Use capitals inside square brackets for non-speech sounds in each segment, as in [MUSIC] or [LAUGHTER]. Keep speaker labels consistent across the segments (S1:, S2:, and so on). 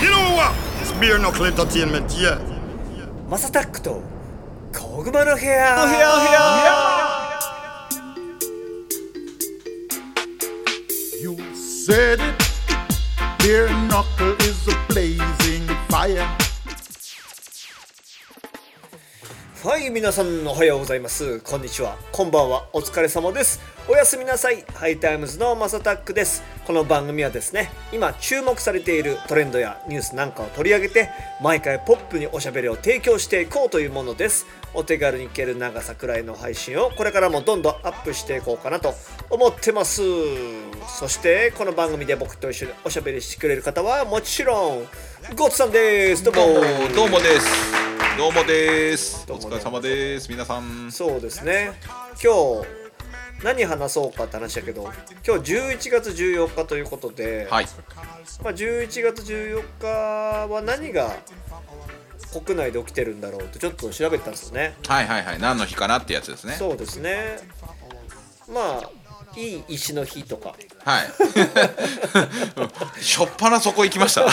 S1: You know what? It's beer knuckle entertainment, yeah.
S2: マサタックと小熊の部屋の部
S3: 屋部屋
S4: You said it. Beer knuckle is a blazing fire.
S2: はい皆さんおはようございますこんにちはこんばんはお疲れ様ですおやすみなさいハイタイムズのマサタックですこの番組はですね今注目されているトレンドやニュースなんかを取り上げて毎回ポップにおしゃべりを提供していこうというものですお手軽に聞ける長さくらいの配信をこれからもどんどんアップしていこうかなと思ってますそしてこの番組で僕と一緒におしゃべりしてくれる方はもちろんゴッツさんですどうも
S3: どうもですどうもです
S2: どう
S3: お
S2: もね
S3: 疲れ様です皆さん
S2: そうですね今日何話そうかって話だけど今日11月14日ということで、
S3: はい
S2: まあ、11月14日は何が国内で起きてるんだろうってちょっと調べたんですよね
S3: はいはいはい何の日かなってやつですね
S2: そうですねまあいい石の日とか
S3: はい [LAUGHS] しょっぱなそこ行きました
S2: [LAUGHS]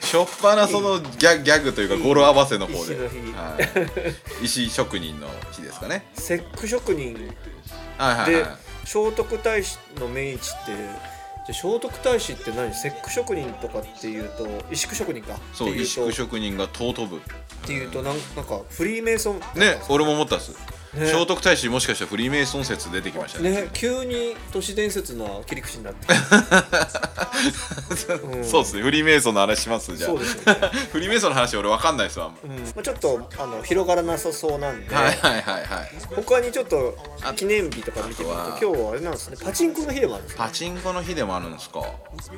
S3: しょっぱなそのギャギャグというか語呂合わせの方
S2: 石
S3: で
S2: の日
S3: はい、石職人の日ですかね
S2: 節句職人
S3: はいはいはい
S2: で聖徳太子の命日ってじゃあ聖徳太子って何節句職人とかっていうと石工職人かって
S3: そう
S2: いう
S3: 石工
S2: と
S3: 職人が尊ぶ
S2: っていうとなんなんかフリーメイソン
S3: ね俺も思ったっす、
S2: ね
S3: 聖徳太子もしかしたらフリーメイソン説出てきましたね
S2: ね急に都市伝説の切り口になってん
S3: [LAUGHS] そうですねフリーメイソンの話しますじゃ
S2: [LAUGHS]
S3: あ
S2: そうですよね、
S3: [LAUGHS] フリーメイソンの話俺わかんないですわ、
S2: うんまあ、ちょっとあの広がらなさそうなんで、
S3: はいはいはいはい
S2: 他にちょっと記念日とか見てみる
S3: あ
S2: と
S3: と
S2: 今日はあれなんですねパチンコの日でもあるんですよ
S3: パチンコの日でもあるんですかこ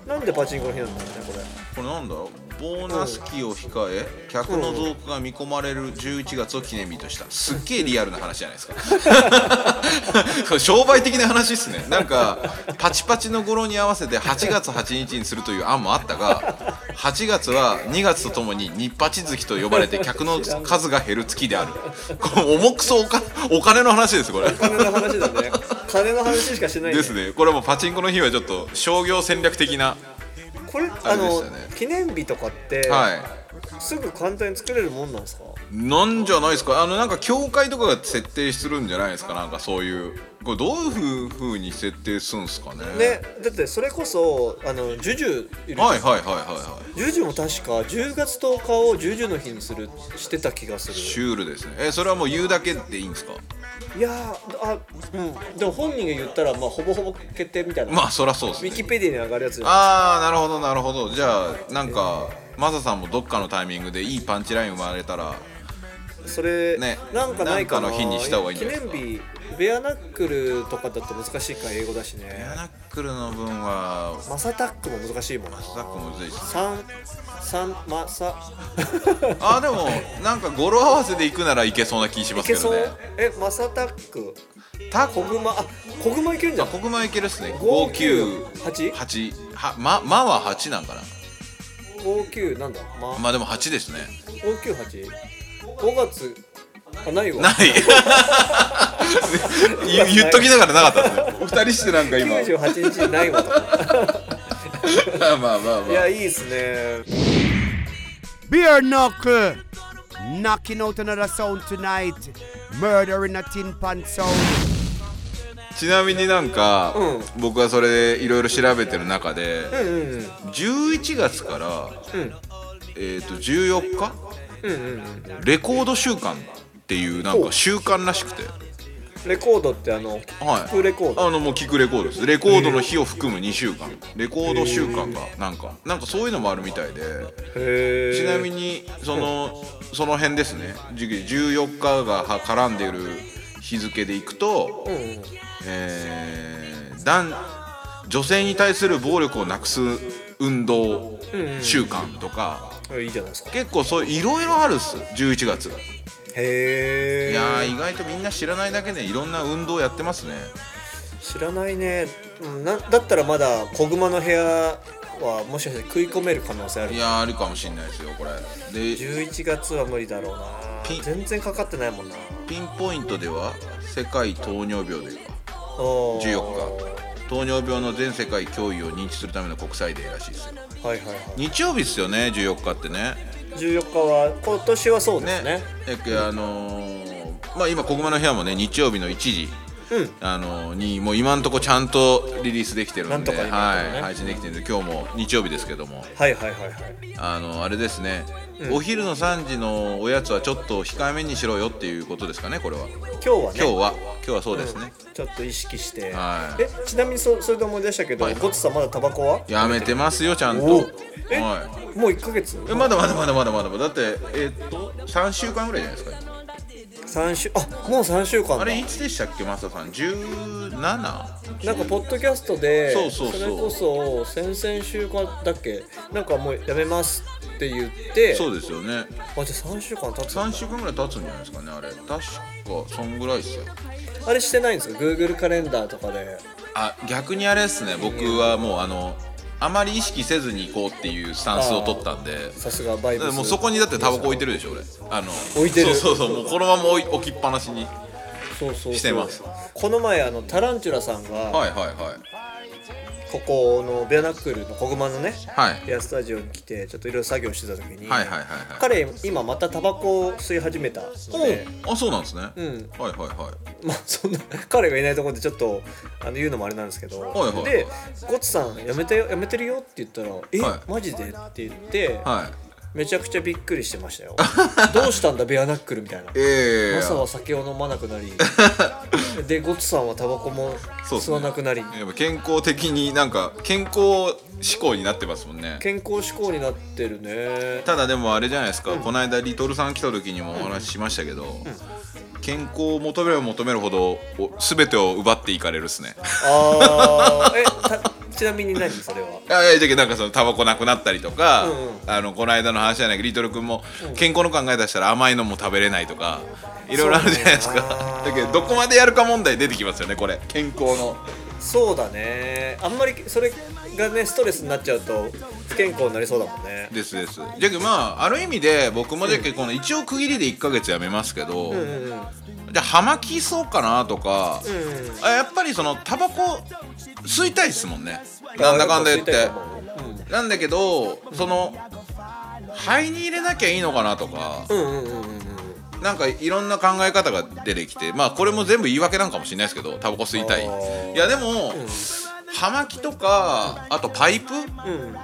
S2: なんでパチンコの日なんだろうねこれ
S3: れなんだろうボーナス期を控え客の増加が見込まれる11月を記念日としたすっげえリアルな話じゃないですかこれ商売的な話っすねなんかパチパチの語呂に合わせて8月8日にするという案もあったが8月は2月とともに日八月と呼ばれて客の数が減る月であるこれ重くそおかお金の話ですこれ
S2: 金の話だね金の話しかしてない
S3: ですねこれはもうパチンコの日はちょっと商業戦略的な
S2: これ
S3: た
S2: あ
S3: ね
S2: の記念日とかって、
S3: はい
S2: すぐ簡単に作れるもんなんですか
S3: なんじゃないですかあのなんか教会とかが設定するんじゃないですかなんかそういうこれどういうふうに設定するんですかね
S2: ねだってそれこそあのジュジュいるじゃん
S3: はいはいはいはいはい
S2: ジュジュも確か10月10日をジュジュの日にするしてた気がする
S3: シュールですねえそれはもう言うだけでいいんですか [LAUGHS]
S2: いやーあうんでも本人が言ったらまあほぼほぼ決定みたいな、
S3: まあそらそう
S2: ウィ
S3: です
S2: キ
S3: ね
S2: ペディアに上がるやつじゃん
S3: ああなるほどなるほどじゃあなんかマサさんもどっかのタイミングでいいパンチライン生まれたら
S2: それ、
S3: ね
S2: なんかないかな
S3: なんかの日にした方がいいんじゃないですか
S2: 記念日ベアナックルとかだと難しいから英語だしね
S3: ヤナックルの分は
S2: マサタックも難しいもんな
S3: マサックもむずいし
S2: 三三マサ
S3: あーでもなんか語呂合わせで行くならいけそうな気しま
S2: い
S3: すけ
S2: けそ
S3: ど
S2: う
S3: ね
S2: えマサタック
S3: タ
S2: 小
S3: コ
S2: 熊あ小熊いけるんじゃん
S3: 国米いけるっすね598
S2: 598
S3: はままは8なんかな
S2: 59なんだま
S3: まあでも8ですね
S2: 598 5月あないわ
S3: ない [LAUGHS] 言言っときながらなかったですねお二人してなんか今
S2: 98日ないわとか
S3: まあまあまあま
S2: いやいいですね
S5: Beer knuckle. Knocking out another sound tonight. Murdering a tin pan sound.
S3: あちなみになんか、
S2: う
S3: 僕はそれでいろいろ調べてる中で、
S2: うんうん
S3: 11月から、
S2: ん
S3: えっ、と14日
S2: うんうんうん
S3: レコード週間っていうなんか週間らしくて
S2: レコードってあの
S3: はい
S2: 聞くレコード
S3: あのもう聞くレコードですレコードの日を含む2週間レコード週間がなんかなんかそういうのもあるみたいで
S2: へえ
S3: ちなみにそのその辺ですねじ14日がは絡んでいる日付でいくと
S2: うんうん
S3: えー男女性に対する暴力をなくす運動週間とか
S2: あいいじゃないですか
S3: 結構そういろいろあるっす11月が
S2: へえ
S3: いやー意外とみんな知らないだけでいろんな運動やってますね
S2: 知らないねうんなだったらまだ小熊の部屋はもしかして食い込める可能性ある
S3: いやーあるかもしんないですよこれで
S2: 11月は無理だろう
S3: ピ
S2: な全然かかってないもんな
S3: ピンポイントでは世界糖尿病デーか
S2: おー
S3: 14糖尿病の全世界脅威を認知するための国際デーらしいですよ
S2: はいはいはい
S3: 日曜日っすよね14日ってね
S2: 14日は今年はそうですね
S3: ねえけあのーまあ今「こぐまの部屋」もね日曜日の1時、あのーにもう今んとこちゃんとリリースできてるんで
S2: なんとか今んとこね
S3: はい、配信できてるんで今日も日曜日ですけども
S2: はいはいはいはい
S3: あのあれですね、お昼の3時のおやつはちょっと控えめにしろよっていうことですかねこれは
S2: 今日はね
S3: 今日は今日はそうですね、
S2: ちょっと意識して、
S3: はい
S2: えちなみにそそれで思い出したけど、
S3: はい
S2: ゴッツさんまだタバコは
S3: やめてますよちゃんと
S2: おえ
S3: はい
S2: もう1ヶ月
S3: えまだまだまだまだまだまだだってえっと3週間ぐらいじゃないですか今
S2: 三週あもう3週間だ
S3: あれいつでしたっけマサさん 17?
S2: なんかポッドキャストで
S3: そうそうそう
S2: れこそ先々週かだっけなんかもうやめますって言って
S3: そうですよ
S2: あ
S3: ね
S2: じゃあ3週間経つんだ
S3: 3週間ぐらい経つんじゃないですかねあれ確かそんぐらいっすよ
S2: あれしてないんですか Google カレンダーとかで
S3: あ逆にあれですね僕はもうあのあまり意識せずに行こうっていうスタンスを取ったんで
S2: さすがバイブ
S3: だか
S2: ス
S3: らもうそこにだってタバコ置いてるでしょ俺あの
S2: 置いてる
S3: そうそうそうもうこのまま置い置きっぱなしに
S2: そうそうそう
S3: してます
S2: この前あのタランチュラさんが、
S3: はいはいはい
S2: ここのベアナックルの小熊のね、
S3: はい
S2: ヘアスタジオに来てちょっといろいろ作業してた時に、
S3: はいはいはいはい
S2: 彼今またタバコを吸い始めたので
S3: おあそうなんです
S2: ん
S3: ね、はいはいはい
S2: まあそんな彼がいないところでちょっとあの言うのもあれなんですけど、
S3: はいはい
S2: で「ゴッツさんやめてよやめてるよ」って言ったら「え、
S3: は
S2: マジで?」って言って、
S3: はい
S2: めちゃくちゃびっくりしてましたよ [LAUGHS] どうしたんだベアナックルみたいな
S3: ええ
S2: 朝は酒を飲まなくな
S3: [LAUGHS]
S2: りでゴッツさんはタバコも
S3: そうっ
S2: 吸
S3: すね
S2: わなくなり、
S3: やっぱ健康的になんか健康志向になってますもんね
S2: 健康志向になってるね
S3: ただでもあれじゃないですか、この間リトルさん来た時にもお話ししましたけど、健康を求めれば求めるほどお全てを奪っていかれるっすね [LAUGHS]
S2: あーえたちなみに何それは
S3: あいやじゃあなんかそのタバコなくなったりとか、
S2: うんうん
S3: あのこの間の話じゃないけどリトル君も健康の考え出したら甘いのも食べれないとかいろいろあるじゃないです
S2: そうだ
S3: か
S2: な
S3: [LAUGHS] だけどどこまでやるか問題出てきますよねこれ健康の
S2: そうだねあんまりそれがねストレスになっちゃうと不健康になりそうだもんね
S3: ですですじゃけどまあある意味で僕もじゃけこの一応区切りで1ヶ月やめますけど、
S2: うんうんうん
S3: じゃあ葉巻そうかなとか、あやっぱりそのタバコ吸いたいっすもんねなんだかんだ言ってなんだけどその肺に入れなきゃいいのかなとか
S2: うんうんうんうんうん
S3: なんかいろんな考え方が出てきてまあこれも全部言い訳なんかもしれないですけどタバコ吸いたい
S2: あー
S3: いやでも、葉巻とかあとパイプ
S2: うん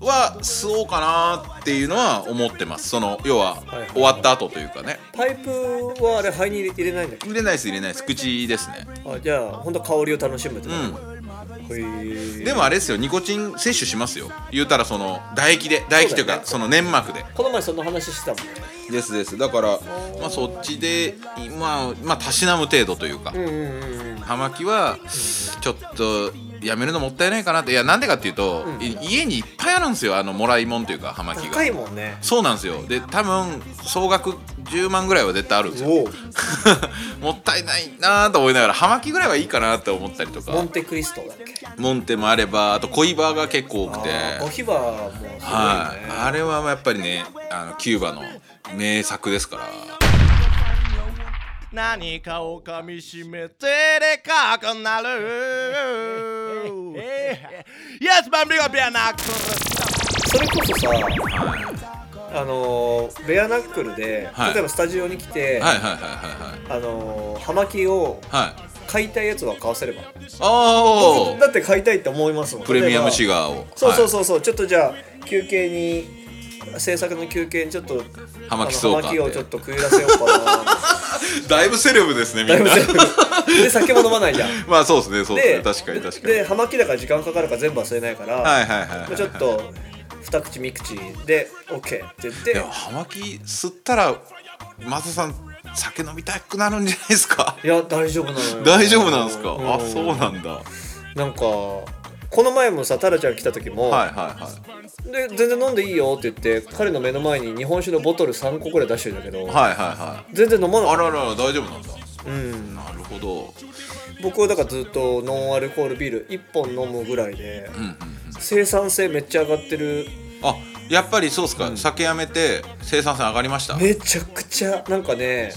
S3: は吸おうかなっていうのは思ってますその要は
S2: はいはい
S3: 終わった後というかね
S2: パイプはあれ肺に入れ入れないんだっけ
S3: 入れないです入れないです口ですね
S2: あじゃあほんと香りを楽しむって
S3: う
S2: こと
S3: ん
S2: へー
S3: でもあれですよニコチン摂取しますよ言うたらその唾液で唾液というかその粘膜で
S2: この前そんな話してたもんね
S3: ですですだからまあそっちでまあまあたしなむ程度というか
S2: うんうんうんうん
S3: 葉巻はちょっとやめるのもったいないかなっていやなんでかっていうとい家にいっぱいあるんですよあのもらいもんというか葉巻
S2: 高
S3: が
S2: いもんね
S3: そうなんですよで多分総額10万ぐらいは絶対あるんですよ [LAUGHS] もったいないなと思いながら葉巻ぐらいはいいかなって思ったりと
S2: モ
S3: か
S2: ンテクリストだっけ
S3: モンテもあればあと恋バーが結構多くて
S2: あーゴヒバーもすごいね
S3: はい、あれはやっぱりねあのキューバの名作ですから
S6: 何かを噛みしめてでかく
S7: [LAUGHS]
S6: なる Yes, bambino, be an actor.
S2: それこそさあのーベアナックルで、
S3: はい
S2: 例えばスタジオに来て、
S3: はいはいはいはい
S2: あのー葉巻を
S3: はいはい
S2: 買いたいやつは買わせれば
S3: お
S2: だって買いたいって思いますもん
S3: プレミアムシ
S2: ガ
S3: ガーを
S2: そうそう
S3: う、
S2: そうそう、ちょっとじゃあ休憩に制作の休憩にちょっと
S3: 葉巻
S2: あ
S3: そう
S2: の
S3: か
S2: 葉巻をちょっと食い出せようかな
S3: はいだいぶセレブですねみ
S2: だい
S3: ん
S2: ぶ
S3: な
S2: 全部 [LAUGHS] で酒も飲まないじゃん
S3: [LAUGHS] まあそうですねそう
S2: [LAUGHS] で
S3: ですね確かに確かに
S2: で葉巻だから時間かかるから全部忘れないから、
S3: はいはいはい、はい、
S2: ちょっと二口三口で OK って言っ
S3: い
S2: て
S3: や葉巻吸ったらマサさん酒飲みたくなるんじゃないですか
S2: いや大丈夫なのよ
S3: 大丈夫なんですか、
S2: うん
S3: あそうなんだはい
S2: なんかこの前もさタラちゃん来た時も、
S3: はいはい
S2: で全然飲んでいいよって言って彼の目の前に日本酒のボトル3個ぐらい出してるんだけど、
S3: はいはいはい
S2: 全然飲まな
S3: あ
S2: い
S3: ららら大丈夫なんだ
S2: うん、
S3: なるほど
S2: 僕はだからずっとノンアルコールビール1本飲むぐらいで、
S3: うんうん
S2: 生産性めっちゃ上がってる
S3: あやっぱりそうっすか、酒やめて生産性上がりました
S2: めちゃくちゃなんかね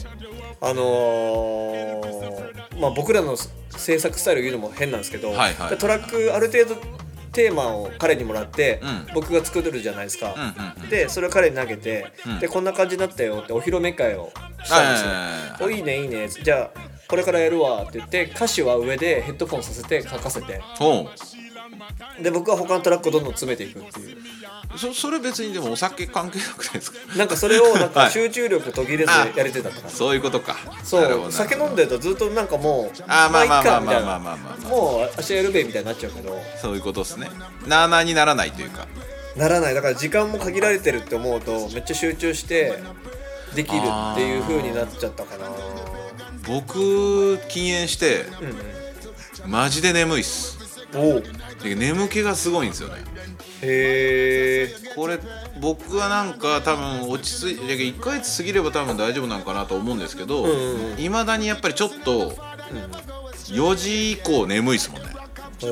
S2: あのーまあ僕らの制作スタイルを言うのも変なんですけど、
S3: はいはい
S2: でトラックある程度テーマを彼にもらって、
S3: うん
S2: 僕が作ってるじゃないですか、
S3: うんうんうん
S2: でそれを彼に投げて、
S3: うん
S2: でこんな感じになったよってお披露目会をしたんですよ、
S3: はい
S2: おいいねいいねじゃあこれからやるわって言って歌詞は上でヘッドフォンさせて書かせて
S3: ほ
S2: で僕は他のトラックをどんどん詰めていくっていう
S3: うそそれ別にでもお酒関係なくないですか
S2: なんかそれをなん
S3: は
S2: か
S3: い
S2: 集中力途切れず
S3: あ
S2: やれてたとか、
S3: そういうことかなるほ
S2: そ
S3: ど
S2: う酒飲んでるとずっとなんかもう
S3: あーまあまあ
S2: いっか
S3: まあ
S2: みたい
S3: まあ
S2: な
S3: まあまあまあまあ
S2: もう明日やるべみたいになっちゃうけど
S3: そういうことですねなあなあにならないというか
S2: ならないだから時間も限られてるって思うとめっちゃ集中してできるっていう風になっちゃったかな
S3: 僕禁煙して
S2: う
S3: マジで眠いっす
S2: んうんおう
S3: で眠気がすごいんですよね
S2: へえ
S3: これ僕はなんか多分落ち着いて1ヶ月過ぎれば多分大丈夫なんかなと思うんですけど
S2: んうんうん
S3: いま、未だにやっぱりちょっと4時以降眠いですもんねこ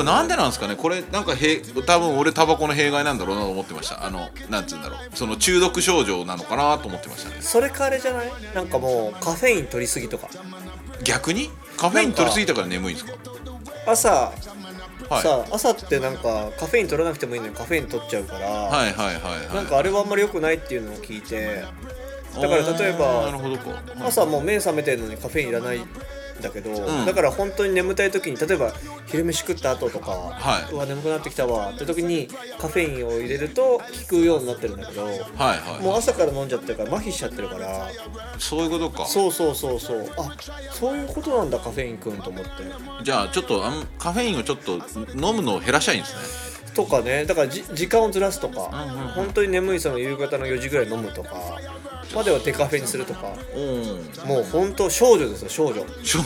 S3: れなんでなんですかねこれなんかへ多分俺タバコの弊害なんだろうなと思ってましたあのなんつうんだろうその中毒症状なのかなと思ってましたね
S2: それかあれじゃないなんかもうカフェイン取りすぎとか
S3: 逆にカフェイン取りすぎたから眠いんですか
S2: 朝、
S3: はい
S2: さ朝ってなんかカフェイン取らなくてもいいのにカフェイン取っちゃうから、
S3: はいはいはいはい
S2: なんかあれはあんまり良くないっていうのを聞いてだから例えば
S3: あーなるほどか
S2: 朝もう目覚めてるのにカフェインいらないんだけど、
S3: ん
S2: だから本当に眠たい時に例えば昼飯食った後とか、
S3: はいう
S2: わ眠くなってきたわって時にカフェインを入れると効くようになってるんだけど、
S3: はいはい
S2: もう朝から飲んじゃってるから麻痺しちゃってるから
S3: そういうことか
S2: そうそうそうそうあそういうことなんだカフェインくんと思って
S3: じゃあちょっとあんカフェインをちょっと飲むのを減らしたいんですね
S2: とかねだからじ時間をずらすとか、
S3: うんうん
S2: 本当に眠いその夕方の4時ぐらい飲むとかまではデカフェにするとか
S3: お
S2: もう本当少女ですよ少女
S3: ちょ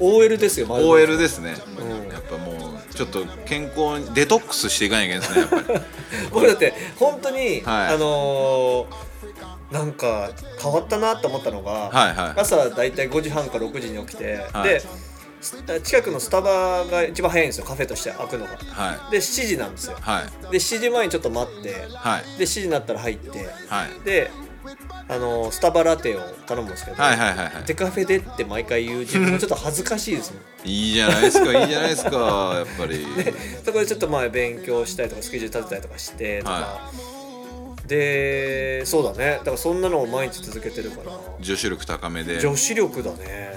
S2: OL ですよ
S3: OL ですね、
S2: うん
S3: やっぱもうちょっと健康にデトックスしていかなきゃいけないで
S2: [LAUGHS]
S3: すねやっぱり
S2: 僕だって本当に、
S3: はい
S2: あのーなんか変わったなと思ったのが、
S3: はいはい
S2: 朝だいたい5時半か6時に起きて、
S3: はい
S2: でス近くのスタバが一番早いんですよカフェとして開くのが
S3: はい
S2: で7時なんですよ
S3: はい
S2: で7時前にちょっと待ってで
S3: はい
S2: 7時になったら入って
S3: はい
S2: であのースタバラテを頼むんですけど、
S3: はいはいはいは
S2: デカフェでって毎回言う自分もちょっと恥ずかしいですね
S3: いいいじゃないですかいいじゃないですか
S2: [LAUGHS]
S3: やっぱり
S2: そこでちょっとまあ勉強したりとかスケジュール立てたりとかしてとか、
S3: は
S2: でそうだねだからそんなのを毎日続けてるから
S3: 女子力高めで
S2: 女子力だね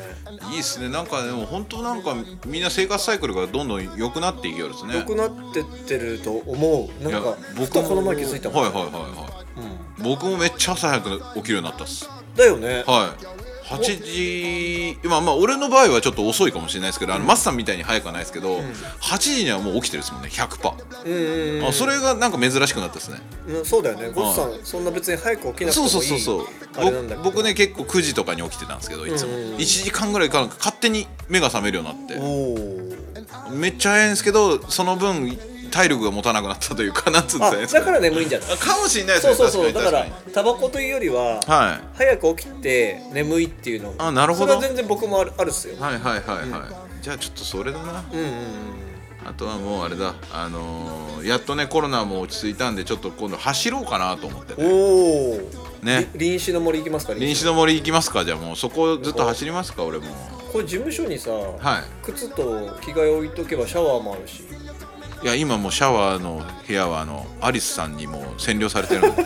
S3: いいっすねなんかでも本当なんかみんな生活サイクルがどんどん良くなっていきようですね
S2: 良くなってってると思うなんか
S3: いや
S2: 僕とこの前気づいたもん、
S3: はいはいはいはい
S2: うん
S3: 僕もめっちゃ朝早く起きるようになったっす
S2: だよね
S3: はい8時まあまあ俺の場合はちょっと遅いかもしれないですけどあのマスさんみたいに早くはないですけど、8時にはもう起きてるですもんね100%パ
S2: うんうんうん
S3: ーあそれがなんか珍しくなったですね
S2: うんそうだよねゴッツさん、そんな別に早く起きなくて
S3: そう
S2: もいい
S3: そうそうそう
S2: あれなんだけど
S3: 僕僕ね結構9時とかに起きてたんですけどいつも
S2: うんうんうん
S3: 1時間ぐらいから勝手に目が覚めるようにな
S2: お
S3: っ
S2: お
S3: てめっちゃ早いんですけどその分体力が持たなくなったというかなんつうんです
S2: あだ
S3: かね
S2: から眠いんじゃない
S3: あかもしれないです
S2: そう
S3: ね
S2: そうそうだ
S3: 確か
S2: か
S3: に
S2: ら
S3: 確か
S2: タバコというよりは、
S3: にはい
S2: 早く起きて眠いっていうの
S3: あなるほど
S2: それは全然僕もあるあるっすよ
S3: はいはいはいはい、じゃあちょっとそれだな
S2: うんうん
S3: あとはもうあれだあのーやっとねコロナも落ち着いたんでちょっと今度走ろうかなと思って
S2: うん
S3: ね
S2: おお
S3: ね
S2: 臨死の森行きますか
S3: 臨死
S2: の
S3: の森行きますかじゃあもうそこずっと走りますか俺も
S2: これ事務所にさ、
S3: はい
S2: 靴と着替え置いとけばシャワーもあるし
S3: いや今もうシャワーの部屋はあのアリスさんにもう占領されてる
S2: [LAUGHS]
S3: のではい、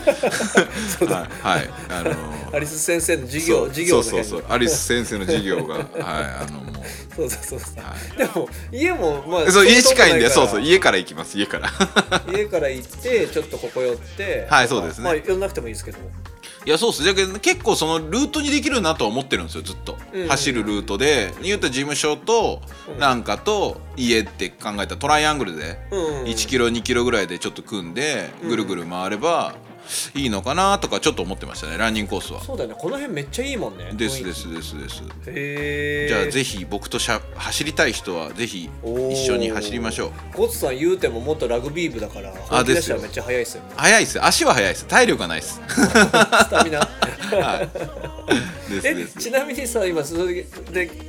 S3: はい、あのー
S2: アリス先生の授業
S3: そう
S2: 授業の
S3: そうそうそうアリス先生の授業がはいあのもう
S2: [LAUGHS] そうそうそうそう
S3: は
S2: でも家もまあ
S3: そう家近いんで
S2: 遠
S3: そう
S2: く
S3: そ
S2: な
S3: う
S2: い
S3: 家から行きます家から [LAUGHS]
S2: から家から行ってちょっとここ寄って
S3: はいそうですね
S2: まあ寄んなくてもいいですけど
S3: いやそうっすだけど結構そのルートにできるなとは思ってるんですよずっと、
S2: うん
S3: 走るルートで言うたら事務所と
S2: うん
S3: なんかと家って考えたらトライアングルで
S2: うん
S3: 1キロ2キロぐらいでちょっと組んでぐるぐる回ればいいのかなとかちょっと思ってましたねランニングコースは。
S2: そうだよねこの辺めっちゃいいもんね
S3: ですで
S2: 雰囲
S3: すですです。
S2: 気へえ
S3: じゃあぜひ僕としゃ走りたい人はぜひ一緒に走りましょう。
S2: ゴツさん言うても元ラグビー部だから本気出したらめっちゃ速いっすよね
S3: 早いっす足は速いっす体力がない
S2: [LAUGHS]
S3: っす。
S2: スタミナ
S3: です
S2: え
S3: です。
S2: ちなみにさ今それで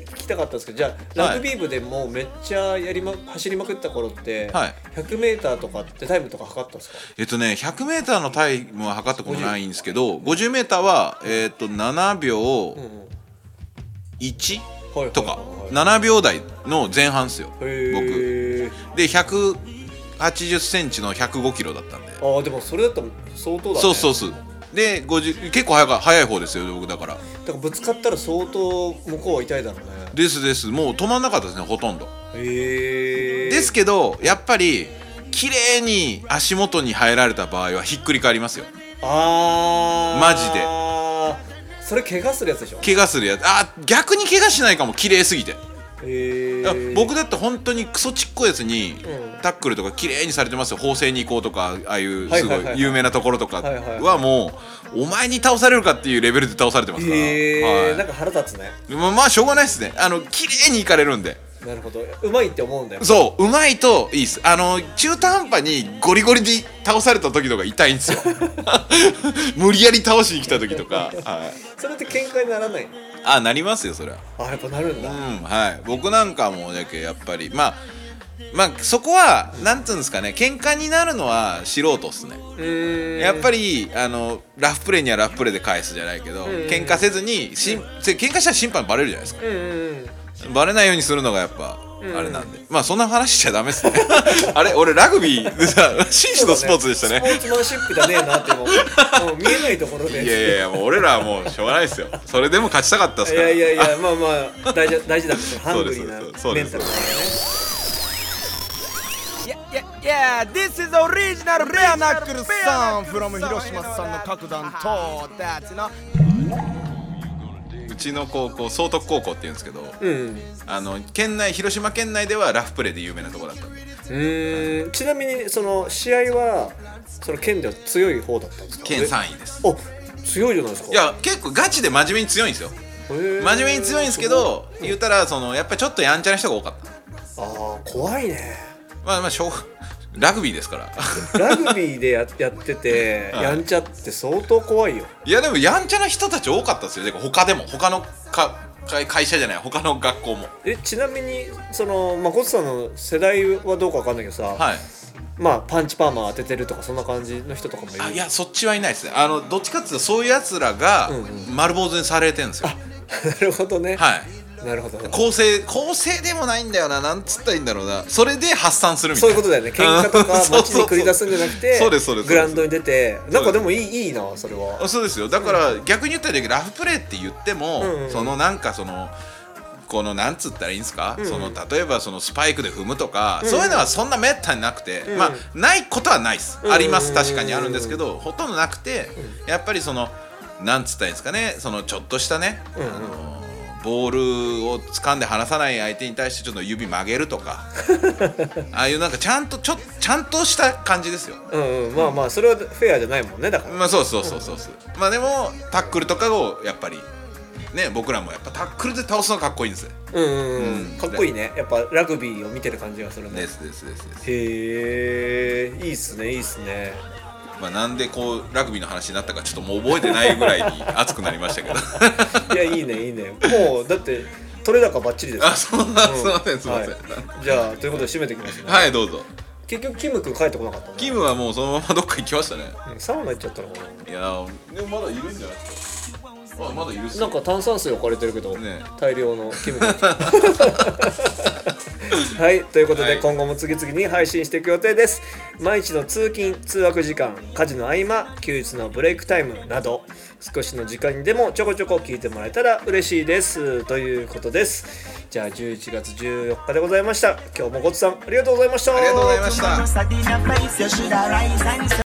S2: 聞きたかったんですけどじゃあ
S3: は
S2: ラ
S3: い
S2: グビー部でもうめっちゃやり、ま、走りまくった頃って、
S3: はい
S2: 100m とかってタイムとか測ったんですか
S3: えっとね 100m のタイムは測ったことないんですけど 50m は、えっと7秒
S2: うんうん
S3: 1
S2: はいはいはいはい
S3: とか7秒台の前半ですよ僕
S2: へえ
S3: で1 8 0ンチの1 0 5キロだったんで
S2: あーでもそれだったら相当だね
S3: そうそううそうで50結構早か早い方ですよ僕だから
S2: だからぶつかったら相当向こうは痛いだろうね
S3: ですですもう止まんなかったですねほとんど
S2: へえ
S3: ですけどやっぱり綺麗に足元に入られた場合はひっくり返りますよ
S2: ああ
S3: マジで
S2: でそれ怪我するやつでしょ
S3: 怪我するやつあ逆に怪我しないかも綺麗すぎて
S2: へ
S3: だ
S2: え
S3: 僕だって本当にクソちっこいやつに
S2: うん
S3: タックルとか綺麗にされてますよ法制に行こうとかああいう
S2: はい
S3: す
S2: はい
S3: ご
S2: はいはい
S3: い有名なところとか
S2: はいはい
S3: はもうお前に倒されるかっていうレベルで倒されてますから、
S2: へえ、なん
S3: は
S2: か腹立つね
S3: い、まあまあしょうがないですねあの綺麗に行かれるんで
S2: なるほどうまいって思うんだよ
S3: そううまいといいですあの中途半端にゴリゴリで倒された時とか痛いんですよ無理やり倒しに来た時とか、はい、
S2: それって喧嘩にならない
S3: あなりますよそれは
S2: あやっぱなるんだ、
S3: うんはい、僕なんかもだけどやっぱりまあまあそこはなんてうんですかね喧嘩になるのは素人っすねやっぱりあのラフプレーにはラフプレーで返すじゃないけど喧嘩せずにしんせ喧嘩したら審判バレるじゃないですか
S2: うんうん
S3: バレないようにするのがやっぱあれなんでまあそんな話しちゃダメっすね [LAUGHS] あれ俺ラグビーで [LAUGHS] さ紳士のスポーツでしたね
S2: スポーツマンシップじゃねえなって
S3: [LAUGHS]
S2: もうもう見えないところで
S3: いやいやいやもう俺らはもうしょうがないですよそれでも勝ちたかったっす
S2: い
S3: から
S2: やいやいやまあまあ大事だ大事だからハングリーな
S3: そう
S2: メ
S3: で
S2: ンタルだ
S3: すそうですそうで
S2: か
S7: Yeah, yeah, yeah, this is original
S4: Bare
S7: bare
S4: knuckle
S7: knuckle
S4: sound
S7: sound
S4: from
S7: from
S4: Hiroshima
S7: Hiroshima-san
S4: san
S7: no
S4: no kakudan
S7: kakudan
S4: to
S7: to that, you know.
S3: うちの高校総督高校っていうんですけど、
S2: らねうん
S3: あの県内広島県内ではラフプレーで有名なところだったんで
S2: うーんちなみにその試合はその県では強い方だったんですか
S3: 県3位です
S2: お強いじゃないですか
S3: いや結構ガチで真面目に強いんですよ
S2: へー
S3: 真面目に強いんですけど言うたらそのやっぱりちょっとやんちゃな人が多かった
S2: ああ怖いね
S3: まあまあしょうラグビーですから
S2: ラグビーでややってて
S3: [LAUGHS] はい
S2: やんちゃって相当怖いよ
S3: いやでもやんちゃな人たち多かったですよてか他でも他のか会会社じゃない他の学校も
S2: えちなみにその誠さんの世代はどうかわかんないけどさ、
S3: はい
S2: まあパンチパーマ当ててるとかそんな感じの人とかもいる
S3: あいやそっちはいないですねあのどっちかっていうとそういうやつらが丸坊主にされてるんですよ、
S2: なるほどね、
S3: はい
S2: なるほど
S3: 構成構成でもないんだよななんつったらいいんだろうなそれで発散するみた
S2: そ
S3: いう
S2: い
S3: な
S2: うことだよね喧嘩とか
S3: うん [LAUGHS] そ
S2: 街
S3: うそうそ
S2: に
S3: う
S2: 繰り出すんじゃなくて
S3: そうですそうです
S2: グラウンドに出てなんかでもいいいいなそれは
S3: あそうですよだから逆に言ったらラフプレーって言っても、
S2: んうん
S3: そのなんかそのこのなんつったらいいんですか、その例えばそのスパイクで踏むとか、そういうのはそんなめったになくて、まあないことはないです、あります確かにあるんですけど、ほとんどなくて、やっぱりそのなんつったらいいんですかねそのちょっとしたね、あのボールを掴んで離さない相手に対してちょっと指曲げると [LAUGHS] かああいうなんかちゃんとちょちゃんとした感じですよ
S2: うんうんまあまあそれはフェアじゃないもんねだから
S3: まあそうそうそうそうそう、まあでもタックルとかをやっぱりね僕らもやっぱタックルで倒すのがかっこいいんです
S2: うんうんうん
S3: うん
S2: かっこいいねやっぱラグビーを見てる感じがするね
S3: ですですですです
S2: へえいいっすねいいっす
S3: [LAUGHS]
S2: ね
S3: まあなんでこうラグビーの話になったかちょっともう覚えてないぐらいに熱くなりま [LAUGHS] したけど
S2: いやいいねいいねもうだって取れ高ばっちりです
S3: あそうなんすいませんすいませ
S2: は
S3: ん
S2: い、じゃあということで締めていきますね、
S3: はい、どうぞ
S2: 結局キム君帰ってこなかったね
S3: キムはもうそのままどっか行きましたね
S2: うんサウナ行っちゃったのかない
S3: やーでもまだいるんじゃないですかあまだいるっす
S2: な
S3: よ
S2: んか炭酸水置かれてるけど、
S3: ね
S2: 大量のキム
S3: [LAUGHS]
S2: 君はいということで、
S3: はい
S2: 今後も次々に配信していく予定です毎日の通勤通学時間家事の合間休日のブレイクタイムなど少しの時間にでもちょこちょこ聞いてもらえたら嬉しいですということですじゃあ11月14日でございました今日もごつさんありがとうございました
S3: ありがとうございました
S8: Must have been a place you should have rise and